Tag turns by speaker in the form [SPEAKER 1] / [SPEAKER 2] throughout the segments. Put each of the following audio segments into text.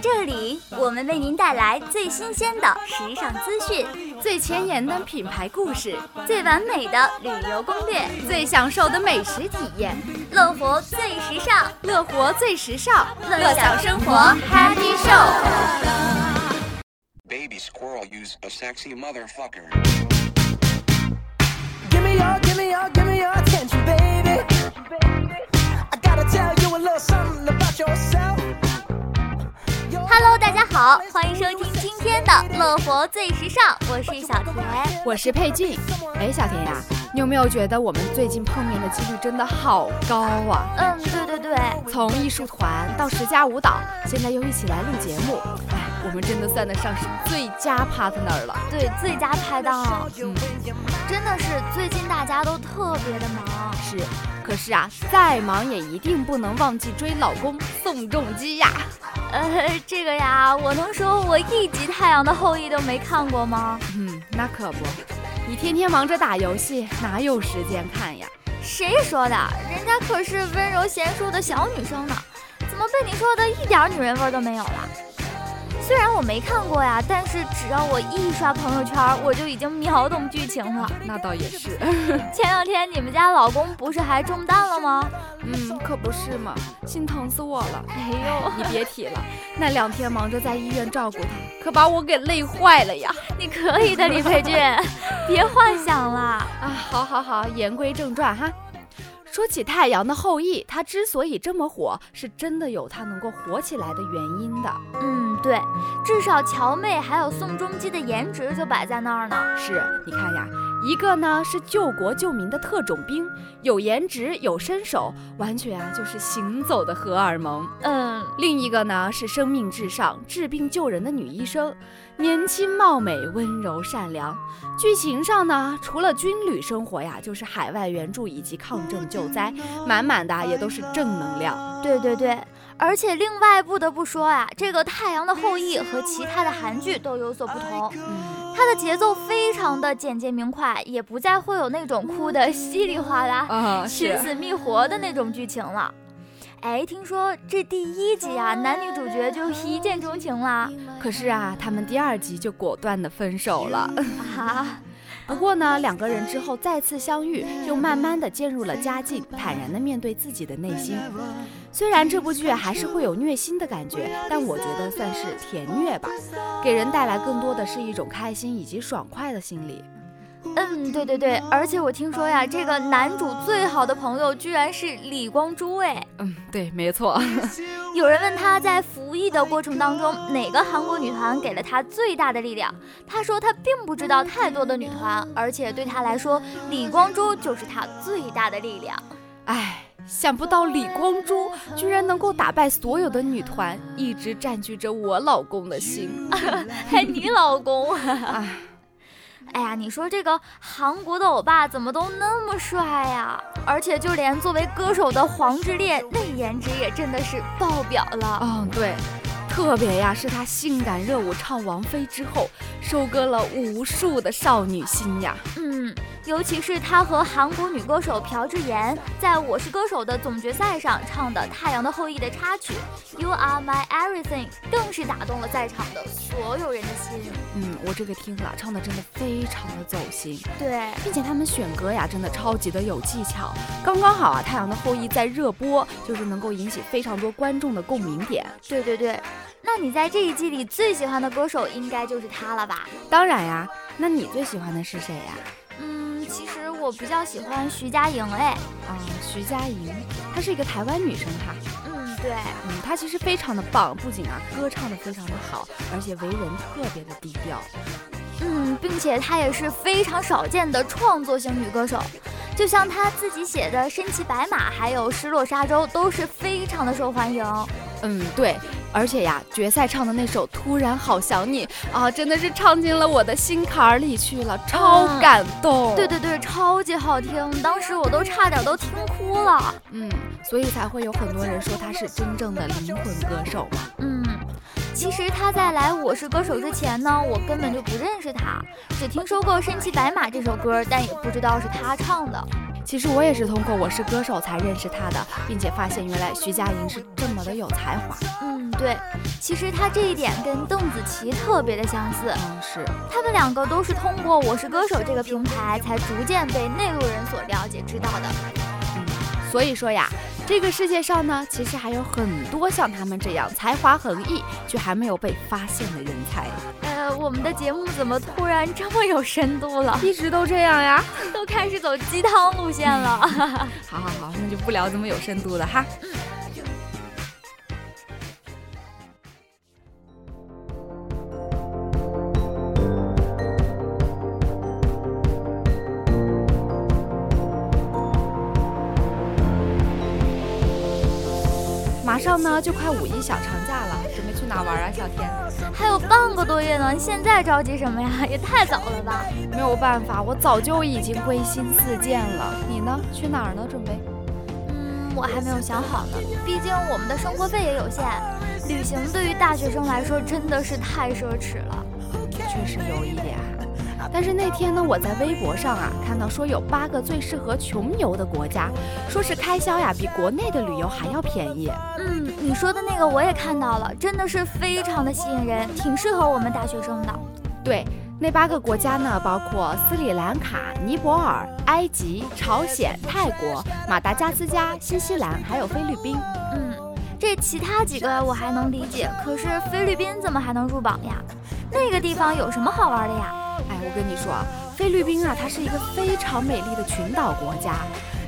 [SPEAKER 1] 这里，我们为您带来最新鲜的时尚资讯，
[SPEAKER 2] 最前沿的品牌故事，
[SPEAKER 1] 最完美的旅游攻略，
[SPEAKER 2] 最享受的美食体验。
[SPEAKER 1] 乐活最时尚，
[SPEAKER 2] 乐活最时尚，
[SPEAKER 1] 乐享生活 Happy Show。
[SPEAKER 3] Baby squirrel, use a sexy motherfucker.
[SPEAKER 4] Give me your, give me your, give me your attention, baby. I gotta tell you a little something about yourself.
[SPEAKER 1] Hello，大家好，欢迎收听今天的乐活最时尚，我是小田。
[SPEAKER 2] 我是佩俊。哎，小田呀，你有没有觉得我们最近碰面的几率真的好高啊？
[SPEAKER 1] 嗯，对对对，
[SPEAKER 2] 从艺术团到十佳舞蹈，现在又一起来录节目，哎，我们真的算得上是最佳 partner 了。
[SPEAKER 1] 对最佳拍档，嗯真的是最近大家都特别的忙。
[SPEAKER 2] 是，可是啊，再忙也一定不能忘记追老公宋仲基呀。
[SPEAKER 1] 呃， 这个呀，我能说我一集《太阳的后裔》都没看过吗？
[SPEAKER 2] 嗯，那可不，你天天忙着打游戏，哪有时间看呀？
[SPEAKER 1] 谁说的？人家可是温柔贤淑的小女生呢，怎么被你说的一点女人味儿都没有了？虽然我没看过呀，但是只要我一刷朋友圈，我就已经秒懂剧情了。
[SPEAKER 2] 那倒也是，
[SPEAKER 1] 前两天你们家老公不是还中弹了吗？
[SPEAKER 2] 嗯，可不是嘛，心疼死我了。
[SPEAKER 1] 哎呦，
[SPEAKER 2] 你别提了，那两天忙着在医院照顾他，可把我给累坏了呀！
[SPEAKER 1] 你可以的，李佩俊， 别幻想了。
[SPEAKER 2] 啊，好好好，言归正传哈。说起《太阳的后裔》，它之所以这么火，是真的有它能够火起来的原因的。
[SPEAKER 1] 嗯，对，至少乔妹还有宋仲基的颜值就摆在那儿呢。
[SPEAKER 2] 是，你看呀，一个呢是救国救民的特种兵，有颜值有身手，完全啊就是行走的荷尔蒙。
[SPEAKER 1] 嗯，
[SPEAKER 2] 另一个呢是生命至上、治病救人的女医生，年轻貌美、温柔善良。剧情上呢，除了军旅生活呀，就是海外援助以及抗震救灾，满满的啊也都是正能量。
[SPEAKER 1] 对对对，而且另外不得不说呀、这个《太阳的后裔》和其他的韩剧都有所不同，
[SPEAKER 2] 嗯，
[SPEAKER 1] 它的节奏非常的简洁明快，也不再会有那种哭的稀里哗啦、
[SPEAKER 2] 啊
[SPEAKER 1] 寻死觅活的那种剧情了。哎，听说这第一集啊，男女主角就一见钟情啦
[SPEAKER 2] 可是啊，他们第二集就果断的分手了。
[SPEAKER 1] 啊！
[SPEAKER 2] 不过呢，两个人之后再次相遇，又慢慢的渐入了佳境，坦然的面对自己的内心。虽然这部剧还是会有虐心的感觉，但我觉得算是甜虐吧，给人带来更多的是一种开心以及爽快的心理。
[SPEAKER 1] 嗯，对对对，而且我听说呀，这个男主最好的朋友居然是李光洙哎。
[SPEAKER 2] 嗯，对，没错。
[SPEAKER 1] 有人问他在服役的过程当中，哪个韩国女团给了他最大的力量？他说他并不知道太多的女团，而且对他来说，李光洙就是他最大的力量。
[SPEAKER 2] 唉，想不到李光洙居然能够打败所有的女团，一直占据着我老公的心。
[SPEAKER 1] 哎，你老公啊
[SPEAKER 2] 哎？
[SPEAKER 1] 哎呀，你说这个韩国的欧巴怎么都那么帅呀、而且就连作为歌手的黄致列，那颜值也真的是爆表了。
[SPEAKER 2] 嗯，对，特别呀，是他性感热舞唱王菲之后，收割了无数的少女心呀。
[SPEAKER 1] 嗯，尤其是她和韩国女歌手朴智妍在《我是歌手》的总决赛上唱的《太阳的后裔》的插曲《You Are My Everything》，更是打动了在场的所有人的心。
[SPEAKER 2] 嗯，我这个听了，唱的真的非常的走心，
[SPEAKER 1] 对，
[SPEAKER 2] 并且他们选歌呀，真的超级的有技巧，刚刚好啊，《太阳的后裔》在热播，就是能够引起非常多观众的共鸣点。
[SPEAKER 1] 对对对。那你在这一季里最喜欢的歌手应该就是她了吧？
[SPEAKER 2] 当然呀，那你最喜欢的是谁呀？
[SPEAKER 1] 嗯，其实我比较喜欢徐佳莹，哎，
[SPEAKER 2] 啊、徐佳莹，她是一个台湾女生哈，
[SPEAKER 1] 嗯，对，
[SPEAKER 2] 嗯，她其实非常的棒，不仅啊歌唱的非常的好，而且为人特别的低调。
[SPEAKER 1] 嗯，并且她也是非常少见的创作型女歌手，就像她自己写的《身骑白马》还有《失落沙洲》都是非常的受欢迎。
[SPEAKER 2] 嗯，对，而且呀，决赛唱的那首《突然好想你》啊，真的是唱进了我的心坎儿里去了，超
[SPEAKER 1] 嗯
[SPEAKER 2] 感动。
[SPEAKER 1] 对对对，超级好听，当时我都差点都听哭了。
[SPEAKER 2] 嗯，所以才会有很多人说她是真正的灵魂歌手嘛。
[SPEAKER 1] 嗯，其实她在来《我是歌手》之前呢，我根本就不认识她，只听说过《身骑白马》这首歌，但也不知道是她唱的。
[SPEAKER 2] 其实我也是通过《我是歌手》才认识他的，并且发现原来徐佳莹是这么的有才华。
[SPEAKER 1] 嗯，对，其实他这一点跟邓紫棋特别的相似，
[SPEAKER 2] 嗯，是，
[SPEAKER 1] 他们两个都是通过《我是歌手》这个平台才逐渐被内陆人所了解知道的。
[SPEAKER 2] 所以说呀，这个世界上呢，其实还有很多像他们这样才华横溢却还没有被发现的人才，
[SPEAKER 1] 呃，我们的节目怎么突然这么有深度 了？
[SPEAKER 2] 一直都这样呀。
[SPEAKER 1] 都开始走鸡汤路线了。
[SPEAKER 2] 好好好，那就不聊这么有深度的哈。马上呢就快五一小长假了，准备去哪玩啊？小天，
[SPEAKER 1] 还有半个多月呢，现在着急什么呀？ 也太早了吧！
[SPEAKER 2] 没有办法，我早就已经归心似箭了。你呢？去哪儿呢？准备？
[SPEAKER 1] 嗯，我还没有想好呢，毕竟我们的生活费也有限，旅行对于大学生来说真的是太奢侈了。
[SPEAKER 2] 确实有一点啊。但是那天呢，我在微博上啊看到说有八个最适合穷游的国家，说是开销呀比国内的旅游还要便宜。
[SPEAKER 1] 嗯，你说的那个我也看到了，真的是非常的吸引人，挺适合我们大学生的。
[SPEAKER 2] 对，那八个国家呢，包括斯里兰卡、尼泊尔、埃及、朝鲜、泰国、马达加斯加、新西兰，还有菲律宾。
[SPEAKER 1] 嗯，这其他几个我还能理解，可是菲律宾怎么还能入榜呀？那个地方有什么好玩的呀？
[SPEAKER 2] 哎，我跟你说啊，菲律宾啊，它是一个非常美丽的群岛国家。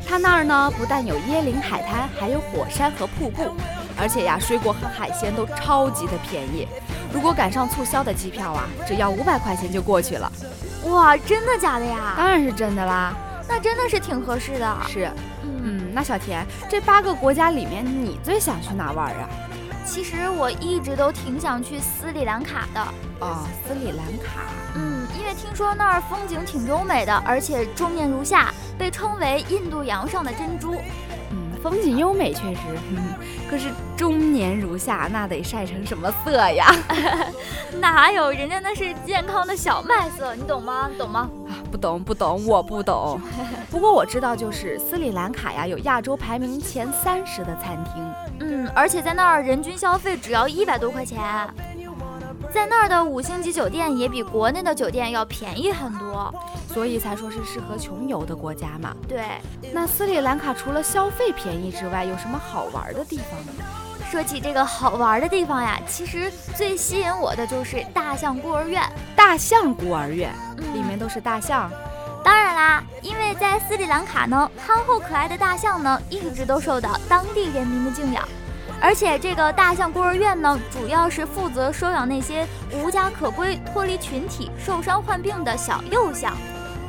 [SPEAKER 2] 它那儿呢，不但有椰林海滩，还有火山和瀑布，而且呀，水果和海鲜都超级的便宜。如果赶上促销的机票啊，只要五百块钱就过去了。
[SPEAKER 1] 哇，真的假的呀？
[SPEAKER 2] 当然是真的啦。
[SPEAKER 1] 那真的是挺合适的。
[SPEAKER 2] 是，
[SPEAKER 1] 嗯。
[SPEAKER 2] 嗯，那小田，这八个国家里面，你最想去哪玩啊？
[SPEAKER 1] 其实我一直都挺想去斯里兰卡的，
[SPEAKER 2] 哦，斯里兰卡。
[SPEAKER 1] 嗯，因为听说那儿风景挺优美的，而且终年如夏，被称为印度洋上的珍珠。
[SPEAKER 2] 嗯，风景优美确实， 嗯、可是中年如夏，那得晒成什么色呀？
[SPEAKER 1] 哪有人家那是健康的小麦色，你懂吗？懂吗？
[SPEAKER 2] 啊，不懂不懂，我不懂。 不过我知道，就是斯里兰卡呀，有亚洲排名前三十的餐厅。
[SPEAKER 1] 嗯，而且在那儿人均消费只要一百多块钱，在那儿的五星级酒店也比国内的酒店要便宜很多。
[SPEAKER 2] 所以才说是适合穷游的国家嘛。
[SPEAKER 1] 对，
[SPEAKER 2] 那斯里兰卡除了消费便宜之外，有什么好玩的地方呢？
[SPEAKER 1] 说起这个好玩的地方呀，其实最吸引我的就是大象孤儿院，
[SPEAKER 2] 大象孤儿院
[SPEAKER 1] 嗯
[SPEAKER 2] 里面都是大象，
[SPEAKER 1] 当然啦，因为在斯里兰卡呢，憨厚可爱的大象呢，一直都受到当地人民的敬仰。而且这个大象孤儿院呢，主要是负责收养那些无家可归、脱离群体、受伤患病的小幼象。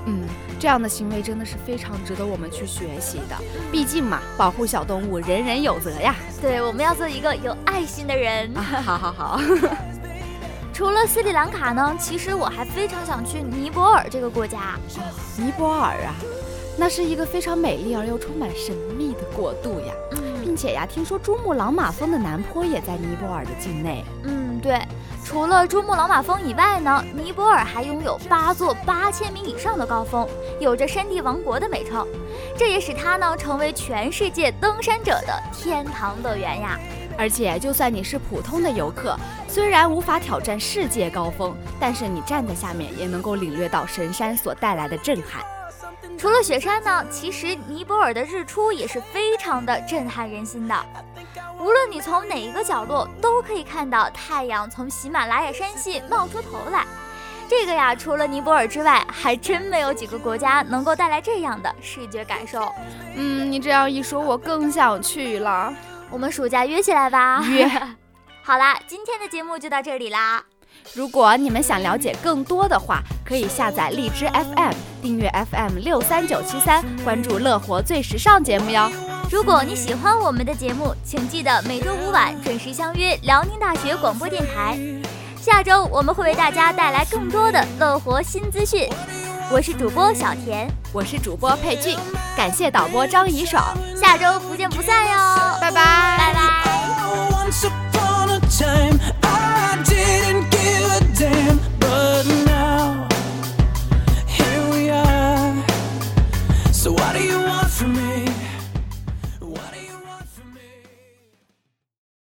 [SPEAKER 2] 嗯，这样的行为真的是非常值得我们去学习的。毕竟嘛，保护小动物，人人有责呀。
[SPEAKER 1] 对，我们要做一个有爱心的人。
[SPEAKER 2] 啊， 好好好。
[SPEAKER 1] 除了斯里兰卡呢，其实我还非常想去尼泊尔这个国家。
[SPEAKER 2] 尼泊尔啊，那是一个非常美丽而又充满神秘的国度呀。
[SPEAKER 1] 嗯
[SPEAKER 2] 并且呀，听说珠穆朗玛峰的南坡也在尼泊尔的境内。
[SPEAKER 1] 嗯，对。除了珠穆朗玛峰以外呢，尼泊尔还拥有八座八千米以上的高峰，有着“山地王国”的美称，这也使它呢成为全世界登山者的天堂乐园呀。
[SPEAKER 2] 而且，就算你是普通的游客，虽然无法挑战世界高峰，但是你站在下面也能够领略到神山所带来的震撼。
[SPEAKER 1] 除了雪山呢，其实尼泊尔的日出也是非常的震撼人心的。无论你从哪一个角落，都可以看到太阳从喜马拉雅山系冒出头来。这个呀，除了尼泊尔之外，还真没有几个国家能够带来这样的视觉感受。
[SPEAKER 2] 嗯，你这样一说，我更想去了。
[SPEAKER 1] 我们暑假约起来吧。
[SPEAKER 2] 约。
[SPEAKER 1] 好啦，今天的节目就到这里啦。
[SPEAKER 2] 如果你们想了解更多的话，可以下载荔枝 FM，订阅 FM 六三九七三，关注“乐活最时尚”节目哟。
[SPEAKER 1] 如果你喜欢我们的节目，请记得每周五晚准时相约辽宁大学广播电台。下周我们会为大家带来更多的乐活新资讯。我是主播小田，
[SPEAKER 2] 我是主播佩俊，感谢导播张怡爽。
[SPEAKER 1] 下周不